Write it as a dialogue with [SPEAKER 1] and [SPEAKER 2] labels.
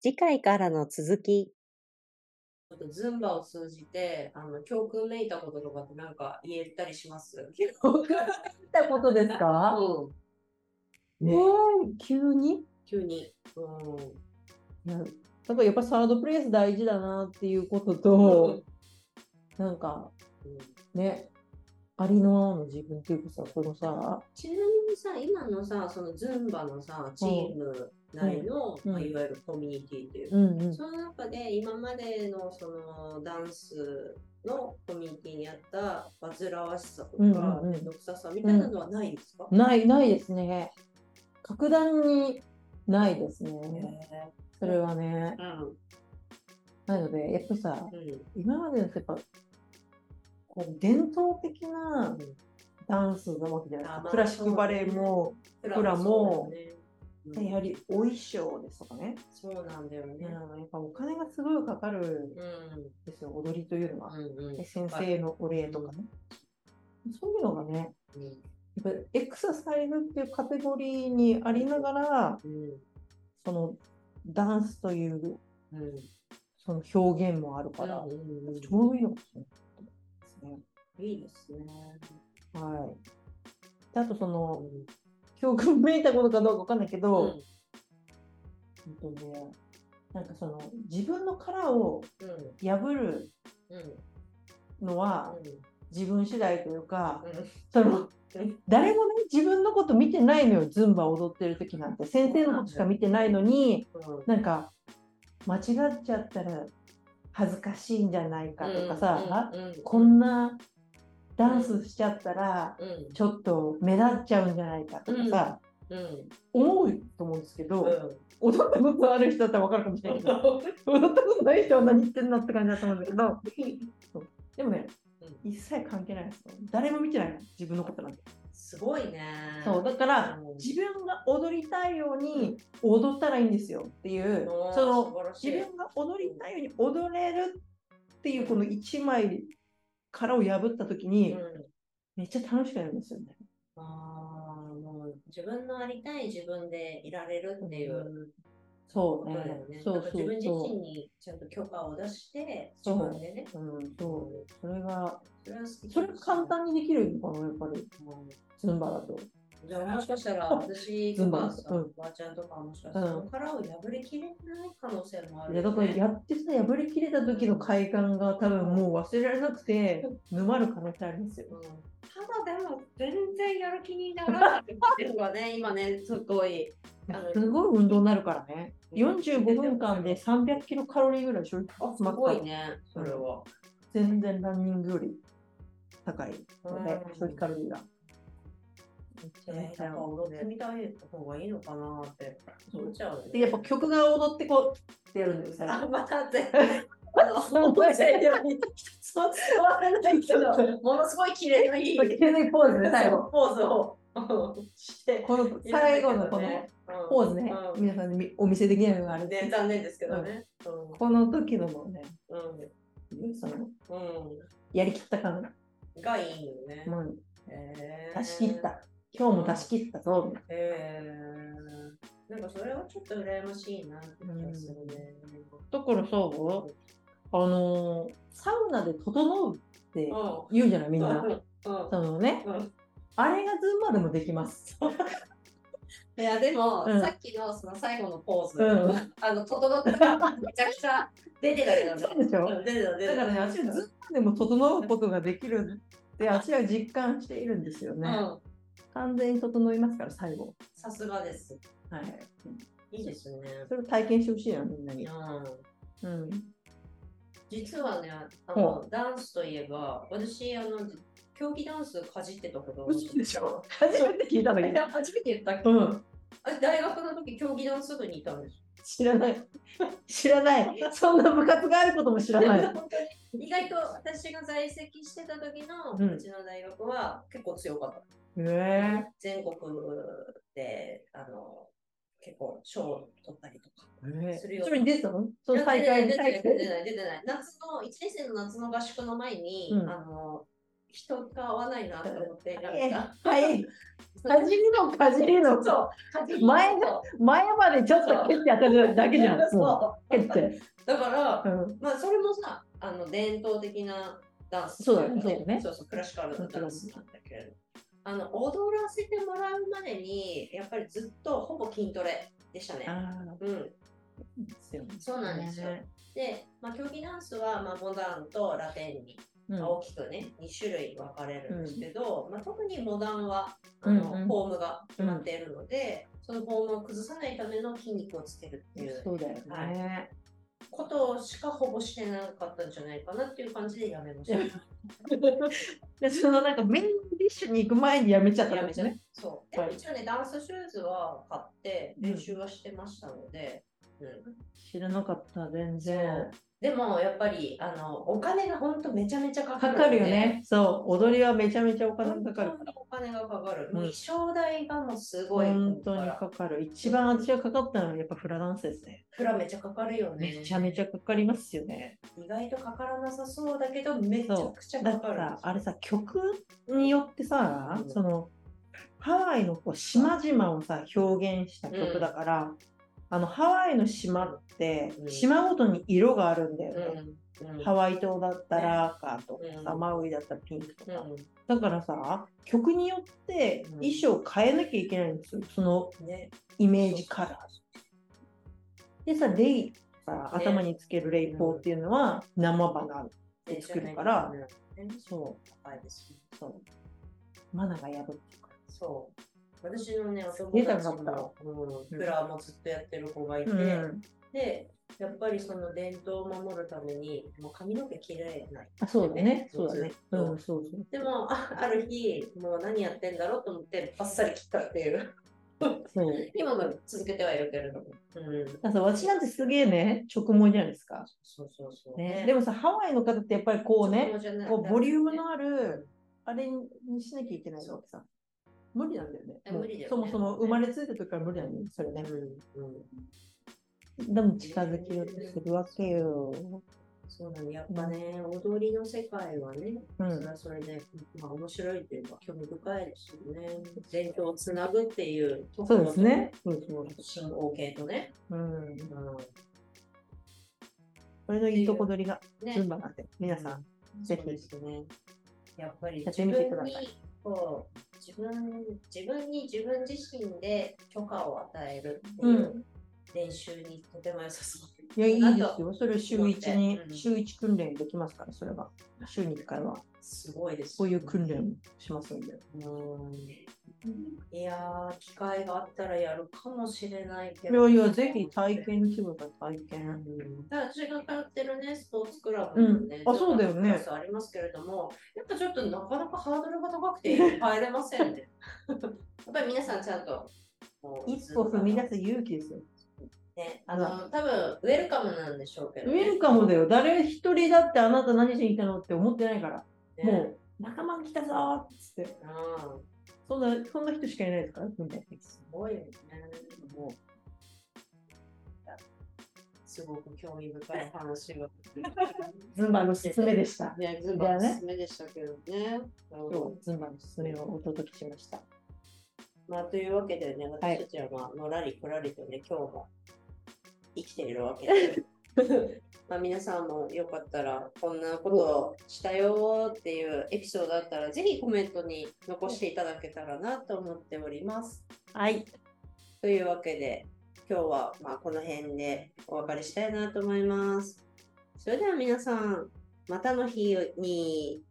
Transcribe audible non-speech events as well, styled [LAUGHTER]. [SPEAKER 1] 次回からの続き。
[SPEAKER 2] ちょっとズンバを通じて、あの教訓めいたこととかってなんか言えたりします。 [LAUGHS] 結構、
[SPEAKER 3] ったことです [LAUGHS] か
[SPEAKER 2] うん、
[SPEAKER 3] ねえ急に
[SPEAKER 2] 急に。うん
[SPEAKER 3] いやなんかやっぱサードプレイス大事だなっていうことと、なんか
[SPEAKER 2] うん
[SPEAKER 3] ね、ありのままの自分っていうかさ、このさ、
[SPEAKER 2] ちなみにさ、今のさ、そのズンバのさ、チーム内の、
[SPEAKER 3] うん
[SPEAKER 2] まあ、
[SPEAKER 3] うん
[SPEAKER 2] いわゆるコミュニティというか、
[SPEAKER 3] うんうん、
[SPEAKER 2] その中で今までのそのダンスのコミュニティにあった煩わしさとか、
[SPEAKER 3] うんうんうん
[SPEAKER 2] めんどくささみたいなのはないですか、
[SPEAKER 3] ない、ないですね。格段にないです
[SPEAKER 2] へ
[SPEAKER 3] ね。
[SPEAKER 2] え
[SPEAKER 3] それはね。
[SPEAKER 2] うん
[SPEAKER 3] なので、やっぱさ、
[SPEAKER 2] うん
[SPEAKER 3] 今までのやっぱ、こう伝統的なダンスなわけじゃないです
[SPEAKER 2] あま
[SPEAKER 3] か。
[SPEAKER 2] あ
[SPEAKER 3] クラシックバレエも、
[SPEAKER 2] プラもそうだよねうん
[SPEAKER 3] やはりお衣装ですとかね。
[SPEAKER 2] そうなんだよ
[SPEAKER 3] あ
[SPEAKER 2] ね。
[SPEAKER 3] のやっぱお金がすごいかかるん
[SPEAKER 2] うん
[SPEAKER 3] ですよ、踊りというのは。
[SPEAKER 2] うんうん
[SPEAKER 3] で先生のお礼とかね。そういうのがね、
[SPEAKER 2] うん
[SPEAKER 3] やっぱエクササイズっていうカテゴリーにありながら、
[SPEAKER 2] うん
[SPEAKER 3] そのダンスという
[SPEAKER 2] うん
[SPEAKER 3] その表現もあるから、
[SPEAKER 2] うんうんうん
[SPEAKER 3] ちょうどいいのかもしれない
[SPEAKER 2] いいですね。
[SPEAKER 3] ですね。はい。であとその
[SPEAKER 2] うん
[SPEAKER 3] 教訓めいたことかどうかわかんないけ
[SPEAKER 2] う
[SPEAKER 3] ど、
[SPEAKER 2] ん
[SPEAKER 3] うんとね、なんかその自分の殻を
[SPEAKER 2] うん
[SPEAKER 3] 破る
[SPEAKER 2] うん
[SPEAKER 3] のは自分次第というか、
[SPEAKER 2] う
[SPEAKER 3] その
[SPEAKER 2] うん
[SPEAKER 3] 誰もね自分のこと見てないのよズンバ踊ってる時なんて先生のことしか見てないの
[SPEAKER 2] ん
[SPEAKER 3] になんか間違っちゃったら恥ずかしいんじゃないかとかさ、
[SPEAKER 2] うんうんうん
[SPEAKER 3] こんなダンスしちゃったら
[SPEAKER 2] うん
[SPEAKER 3] ちょっと目立っちゃうんじゃないかとかさ、
[SPEAKER 2] うん
[SPEAKER 3] 思うと思うんですけど、
[SPEAKER 2] うん
[SPEAKER 3] 踊ったことある人だったら分かるかもしれないけど踊ったことない人は何言ってんのって感じだと思うんだけどそうでもね、
[SPEAKER 2] う
[SPEAKER 3] 一切関係ないですよ誰も見てないの自分のことなんて、
[SPEAKER 2] すごいね。
[SPEAKER 3] そうだから
[SPEAKER 2] うん
[SPEAKER 3] 自分が踊りたいように踊ったらいいんですよっていう、
[SPEAKER 2] おー
[SPEAKER 3] その
[SPEAKER 2] 素晴
[SPEAKER 3] 自
[SPEAKER 2] らしい
[SPEAKER 3] 分が踊りたいように踊れるっていうこの一枚殻を破った時に
[SPEAKER 2] うん
[SPEAKER 3] めっちゃ楽しくなるんですよね。
[SPEAKER 2] あーもう自分のありたい自分でいられるっていう
[SPEAKER 3] そ
[SPEAKER 2] こ
[SPEAKER 3] う
[SPEAKER 2] とだ
[SPEAKER 3] ね
[SPEAKER 2] よね。。
[SPEAKER 3] そ
[SPEAKER 2] な
[SPEAKER 3] うん
[SPEAKER 2] か
[SPEAKER 3] そ
[SPEAKER 2] 自分
[SPEAKER 3] う
[SPEAKER 2] 自身
[SPEAKER 3] そ
[SPEAKER 2] にちゃんと許可を出して、
[SPEAKER 3] そ
[SPEAKER 2] 自
[SPEAKER 3] う
[SPEAKER 2] 分でね。
[SPEAKER 3] う。うん、そうそれが
[SPEAKER 2] それは素敵
[SPEAKER 3] それが簡単にできるのかなやっぱり
[SPEAKER 2] うん
[SPEAKER 3] ズンバだと。
[SPEAKER 2] じゃあもしかしたら私
[SPEAKER 3] ズ
[SPEAKER 2] と
[SPEAKER 3] ンバ
[SPEAKER 2] かさ、
[SPEAKER 3] うん
[SPEAKER 2] おばあちゃんとかもしかしたら、その殻を破りきれない可能性もある
[SPEAKER 3] いやだ
[SPEAKER 2] よ
[SPEAKER 3] から
[SPEAKER 2] ね、
[SPEAKER 3] やってさ破りきれた時の快感が多分もう忘れられなくて沼る可能性ありますよ。
[SPEAKER 2] うんただでも全然やる気にならないっていうのが
[SPEAKER 3] [LAUGHS]
[SPEAKER 2] ね、今ね、すごい。あの
[SPEAKER 3] すごい運動になるからね。45分間で300キロカロリーぐらい消費
[SPEAKER 2] あ、す
[SPEAKER 3] 集まっ
[SPEAKER 2] ご
[SPEAKER 3] た
[SPEAKER 2] いね、それは。
[SPEAKER 3] 全然ランニングより高いので、
[SPEAKER 2] うん
[SPEAKER 3] 消費カロリーが。
[SPEAKER 2] ね、やっぱ踊ってみたい方がいいのかなって思っちゃう、
[SPEAKER 3] で、やっぱ曲が踊ってこうってやるんですよ。
[SPEAKER 2] あ、またって。あの、本当にようにそう伝わらないけど、 [LAUGHS] ものすごい綺麗ないい
[SPEAKER 3] これ綺麗なポーズね、最後。
[SPEAKER 2] ポーズをうんして。
[SPEAKER 3] この最後のこのポーズね、
[SPEAKER 2] うん
[SPEAKER 3] 皆さんに見お見せできないのがあるんで
[SPEAKER 2] ね、
[SPEAKER 3] す。
[SPEAKER 2] 残念ですけどね。
[SPEAKER 3] この時のもね、
[SPEAKER 2] うん。
[SPEAKER 3] その
[SPEAKER 2] うん。
[SPEAKER 3] やりきった感が、
[SPEAKER 2] うん。がいいよね。
[SPEAKER 3] もう
[SPEAKER 2] へー
[SPEAKER 3] 出し切った。今日も出し切ったぞ。みたい
[SPEAKER 2] へーなんかそれはちょっと羨ましいなって気がするね。
[SPEAKER 3] なだからさ、あのーサウナで整うって
[SPEAKER 2] うん。
[SPEAKER 3] 言うじゃない、みんな。
[SPEAKER 2] うん。
[SPEAKER 3] そのね、
[SPEAKER 2] うん
[SPEAKER 3] あれがズンバでもできます。 [LAUGHS]
[SPEAKER 2] いやでも、
[SPEAKER 3] うん
[SPEAKER 2] さっきのその最後のポーズ、
[SPEAKER 3] うん
[SPEAKER 2] あの整ったらめちゃくちゃ出てたけどね
[SPEAKER 3] そうでしょ
[SPEAKER 2] うん出てた出て
[SPEAKER 3] だ
[SPEAKER 2] た
[SPEAKER 3] からね、私はずっとでも整うことができるって、私は実感しているんですよ
[SPEAKER 2] うん
[SPEAKER 3] ね。完全に整いますから、最後。
[SPEAKER 2] さすがです
[SPEAKER 3] はい。
[SPEAKER 2] いいですね
[SPEAKER 3] それを体験してほしいな、みんな
[SPEAKER 2] う
[SPEAKER 3] に。
[SPEAKER 2] ん
[SPEAKER 3] うん。
[SPEAKER 2] 実はねあのダンスといえば私あの競技ダンスかじってたこと
[SPEAKER 3] でしょ初めて聞いたんだけ
[SPEAKER 2] いや初めて言ったっけ
[SPEAKER 3] ど。うん。
[SPEAKER 2] あ大学の時競技ダンス部にいたんです
[SPEAKER 3] 知らない。 [LAUGHS] 知らない。そんな部活があることも知らない。
[SPEAKER 2] 本当に意外と私が在籍してた時の
[SPEAKER 3] うん
[SPEAKER 2] うちの大学は結構強かった
[SPEAKER 3] へ [LAUGHS] え
[SPEAKER 2] 全国であの結構賞を取ったりとか。
[SPEAKER 3] え
[SPEAKER 2] するよ
[SPEAKER 3] それに出てたのその
[SPEAKER 2] い
[SPEAKER 3] 大
[SPEAKER 2] や
[SPEAKER 3] 会
[SPEAKER 2] 出
[SPEAKER 3] に
[SPEAKER 2] てない
[SPEAKER 3] 対
[SPEAKER 2] 出
[SPEAKER 3] して
[SPEAKER 2] ない出てない出て
[SPEAKER 3] て。
[SPEAKER 2] ない夏の1年生の夏の合宿の前に、
[SPEAKER 3] うん
[SPEAKER 2] あの一人が合わないなと思って選んだ。
[SPEAKER 3] はい。かじりのかじりの。
[SPEAKER 2] そう
[SPEAKER 3] 前
[SPEAKER 2] が
[SPEAKER 3] 前までちょっと蹴って当たるだけじゃん。そ。
[SPEAKER 2] そう
[SPEAKER 3] 蹴って。
[SPEAKER 2] うだから
[SPEAKER 3] う、ん。
[SPEAKER 2] まあそれもさ、あの伝統的なダンス
[SPEAKER 3] そうだよ
[SPEAKER 2] とい
[SPEAKER 3] ね
[SPEAKER 2] か
[SPEAKER 3] そうだよね
[SPEAKER 2] そうそう、クラシカルなダンスなんだけれど。あの踊らせてもらうまでに、やっぱりずっとほぼ筋トレでしたね。
[SPEAKER 3] あ
[SPEAKER 2] うん、
[SPEAKER 3] あ。
[SPEAKER 2] そうなんですよ。で、まあ、競技ダンスは、まあ、モダンとラテンに
[SPEAKER 3] うん。
[SPEAKER 2] 大きくね、2種類分かれるんですけど、まあ、特にモダンはあ
[SPEAKER 3] う
[SPEAKER 2] の、
[SPEAKER 3] んうん
[SPEAKER 2] フォームが決まっているので、そのフォームを崩さないための筋肉をつけるっていう
[SPEAKER 3] そうだよね。
[SPEAKER 2] ことしかほぼしてなかったんじゃないかなっていう感じでやめま
[SPEAKER 3] [LAUGHS]
[SPEAKER 2] した。
[SPEAKER 3] でそのなんかメインディッシュに行く前にやめちゃったんですね。
[SPEAKER 2] そう。でも
[SPEAKER 3] はい
[SPEAKER 2] 一応ね、ダンスシューズは買って
[SPEAKER 3] うん
[SPEAKER 2] 練習はしてましたので、うん
[SPEAKER 3] 知らなかった全
[SPEAKER 2] そう
[SPEAKER 3] 然。
[SPEAKER 2] でもやっぱりあのお金が本当めちゃめちゃかか
[SPEAKER 3] か
[SPEAKER 2] る
[SPEAKER 3] かるよ
[SPEAKER 2] ので
[SPEAKER 3] ね。そう踊りはめちゃめちゃお金
[SPEAKER 2] 本当
[SPEAKER 3] かか
[SPEAKER 2] に
[SPEAKER 3] る。
[SPEAKER 2] お金がかかる。
[SPEAKER 3] うん
[SPEAKER 2] もう衣装代がもうすごい。
[SPEAKER 3] 本当にかかる。一番私がかかったのはやっぱフラダンスですね。
[SPEAKER 2] フラめちゃかかるよね。
[SPEAKER 3] めちゃめちゃかかりますよね。
[SPEAKER 2] 意外とかからなさそうだけど、めちゃくちゃ
[SPEAKER 3] だ
[SPEAKER 2] か
[SPEAKER 3] って
[SPEAKER 2] かるんで
[SPEAKER 3] さ
[SPEAKER 2] すよ。
[SPEAKER 3] あれさ曲によってさ、
[SPEAKER 2] うん
[SPEAKER 3] そのハワイのこう島々をさ表現した曲だから、あのハワイの島って
[SPEAKER 2] うん
[SPEAKER 3] 島ごとに色があるんだよね。
[SPEAKER 2] うん。うん。
[SPEAKER 3] ハワイ島だったら赤とかさ、
[SPEAKER 2] うん
[SPEAKER 3] マウイだったらピンクとか、
[SPEAKER 2] う
[SPEAKER 3] だからさ曲によって
[SPEAKER 2] うん
[SPEAKER 3] 衣装を変えなきゃいけないんですよその
[SPEAKER 2] ん。ね。
[SPEAKER 3] イメージカラーでさレイさ
[SPEAKER 2] ね
[SPEAKER 3] 頭につけるレイポーっていうのは生花で作るから、
[SPEAKER 2] ね。
[SPEAKER 3] そ
[SPEAKER 2] 高いですね
[SPEAKER 3] うそうマナが破ってるか
[SPEAKER 2] そう。私のね、お
[SPEAKER 3] げえ
[SPEAKER 2] 友
[SPEAKER 3] 高
[SPEAKER 2] 達
[SPEAKER 3] かった
[SPEAKER 2] も、うん、フラもずっとやってる子がいて、
[SPEAKER 3] ら、
[SPEAKER 2] で、やっぱりその伝統を守るために、もう髪の毛切れない。
[SPEAKER 3] あそうだね
[SPEAKER 2] そ
[SPEAKER 3] そううだね
[SPEAKER 2] ずっ
[SPEAKER 3] う
[SPEAKER 2] と
[SPEAKER 3] んそうそう
[SPEAKER 2] でも、あある日、もう何やってんだろうと思って、バッサリ切ったっていう。
[SPEAKER 3] そう
[SPEAKER 2] 今も続けてはいるけれども。うん。
[SPEAKER 3] だからさ私なんてすげえね直毛じゃないですか、
[SPEAKER 2] そうそうそう。
[SPEAKER 3] ね、でもさハワイの方ってやっぱりこうね
[SPEAKER 2] そうじゃない、
[SPEAKER 3] こうボリュームのある、あれにしなきゃいけないわけさ。無理なんだよね。
[SPEAKER 2] え無理だよね
[SPEAKER 3] そもそも生まれついた時から無理なんだよね、それ
[SPEAKER 2] う
[SPEAKER 3] ね
[SPEAKER 2] ん。うん。
[SPEAKER 3] でも近づけようとするわけよ。
[SPEAKER 2] そうなの、やっぱね、踊りの世界はね、
[SPEAKER 3] うん
[SPEAKER 2] それはそれで、まあ、面白いというか、興味深いですよね。伝統をつなぐっていうとこ
[SPEAKER 3] そ
[SPEAKER 2] ろ
[SPEAKER 3] う
[SPEAKER 2] と
[SPEAKER 3] ですね。そうそう。
[SPEAKER 2] 新王系とね。
[SPEAKER 3] うん。
[SPEAKER 2] う
[SPEAKER 3] これのいいとこ取りが、
[SPEAKER 2] ん、ね
[SPEAKER 3] ズンバなんで、皆さん。ぜひ
[SPEAKER 2] そうですね。やっぱり
[SPEAKER 3] やっ
[SPEAKER 2] 自
[SPEAKER 3] てみてくだ
[SPEAKER 2] 分に
[SPEAKER 3] さい
[SPEAKER 2] こう自分自分に自分自身で許可を与えるっていう練習にとても良さそう。
[SPEAKER 3] いや、いいです
[SPEAKER 2] あと
[SPEAKER 3] よ。それ週1に、
[SPEAKER 2] うん
[SPEAKER 3] 週1訓練できますから、それは。週に1回は、
[SPEAKER 2] すごいです。
[SPEAKER 3] そういう訓練しますんで。
[SPEAKER 2] うんいやー、機会があったらやるかもしれないけ
[SPEAKER 3] い
[SPEAKER 2] ど。
[SPEAKER 3] やいや、ぜひ体。験してください、体験。
[SPEAKER 2] だから私が通ってるね、スポーツクラブもね、
[SPEAKER 3] うんあそうだよね
[SPEAKER 2] クラスありますけれども、やっぱちょっとなかなかハードルが高くて入れません
[SPEAKER 3] [LAUGHS]
[SPEAKER 2] ね。やっぱり皆さんちゃんと。こう
[SPEAKER 3] 一歩踏み出す勇気ですよ。
[SPEAKER 2] ね、あの、多分ウェルカムなんでしょうけど
[SPEAKER 3] ウ
[SPEAKER 2] ね、
[SPEAKER 3] ェルカムだよ。誰一人だってあなた何しに来たのって思ってないから。
[SPEAKER 2] ね
[SPEAKER 3] もう仲間来たぞーっつって。
[SPEAKER 2] うん
[SPEAKER 3] そんな、そんな人しかいないですから、みたい
[SPEAKER 2] すごいよね。もうすごく興味深い話
[SPEAKER 3] [LAUGHS]
[SPEAKER 2] が。
[SPEAKER 3] ズンバのすすめでした。
[SPEAKER 2] ね、ズ
[SPEAKER 3] ンバおす
[SPEAKER 2] すめでしたけどね。
[SPEAKER 3] 今日、ズンバのすすめをお届けしました。
[SPEAKER 2] まあ、というわけでね、
[SPEAKER 3] は
[SPEAKER 2] 私
[SPEAKER 3] い
[SPEAKER 2] たちは、まあのらりくらりとね、今日も生きているわけ
[SPEAKER 3] [LAUGHS]
[SPEAKER 2] で。まあ皆さんもよかったらこんなことをしたよーっていうエピソードだったらぜひコメントに残していただけたらなと思っております。
[SPEAKER 3] [LAUGHS] はい。
[SPEAKER 2] というわけで今日はまあこの辺でお別れしたいなと思います。それでは皆さんまたの日に